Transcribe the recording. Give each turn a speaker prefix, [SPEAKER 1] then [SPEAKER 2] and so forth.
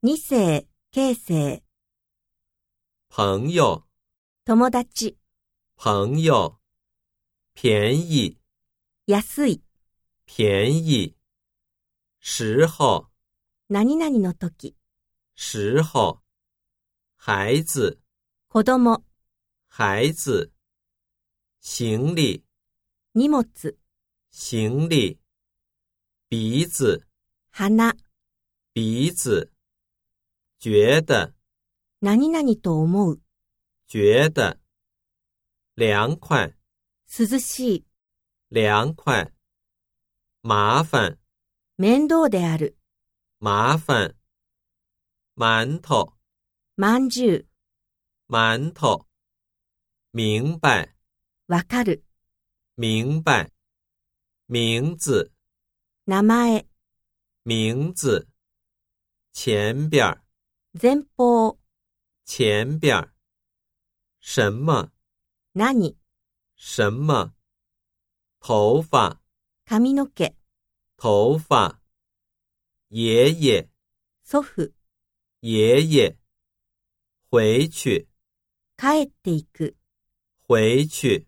[SPEAKER 1] 二世、形成、
[SPEAKER 2] 朋友，
[SPEAKER 1] 友達、
[SPEAKER 2] 朋友，便宜，
[SPEAKER 1] 安い、
[SPEAKER 2] 便宜，时候，
[SPEAKER 1] 何々の時、
[SPEAKER 2] 时候，孩子，
[SPEAKER 1] 子供、
[SPEAKER 2] 孩子，行李，
[SPEAKER 1] 荷物、
[SPEAKER 2] 行李，鼻子，
[SPEAKER 1] 花、
[SPEAKER 2] 鼻子，觉得，
[SPEAKER 1] 何々と思う、
[SPEAKER 2] 觉得，凉快，
[SPEAKER 1] 涼しい、
[SPEAKER 2] 凉快，麻烦，
[SPEAKER 1] 面倒である、
[SPEAKER 2] 麻烦，馒头，
[SPEAKER 1] まんじゅう、
[SPEAKER 2] 馒头，明白，
[SPEAKER 1] わかる、
[SPEAKER 2] 明白，名字，
[SPEAKER 1] 名前、
[SPEAKER 2] 名字，前边儿，
[SPEAKER 1] 前方、
[SPEAKER 2] 前边儿，什么，
[SPEAKER 1] 何、
[SPEAKER 2] 什么，头发，
[SPEAKER 1] 髪の毛、
[SPEAKER 2] 头发，爷爷，
[SPEAKER 1] 祖父、
[SPEAKER 2] 爷爷，回去，
[SPEAKER 1] 帰っていく、
[SPEAKER 2] 回去，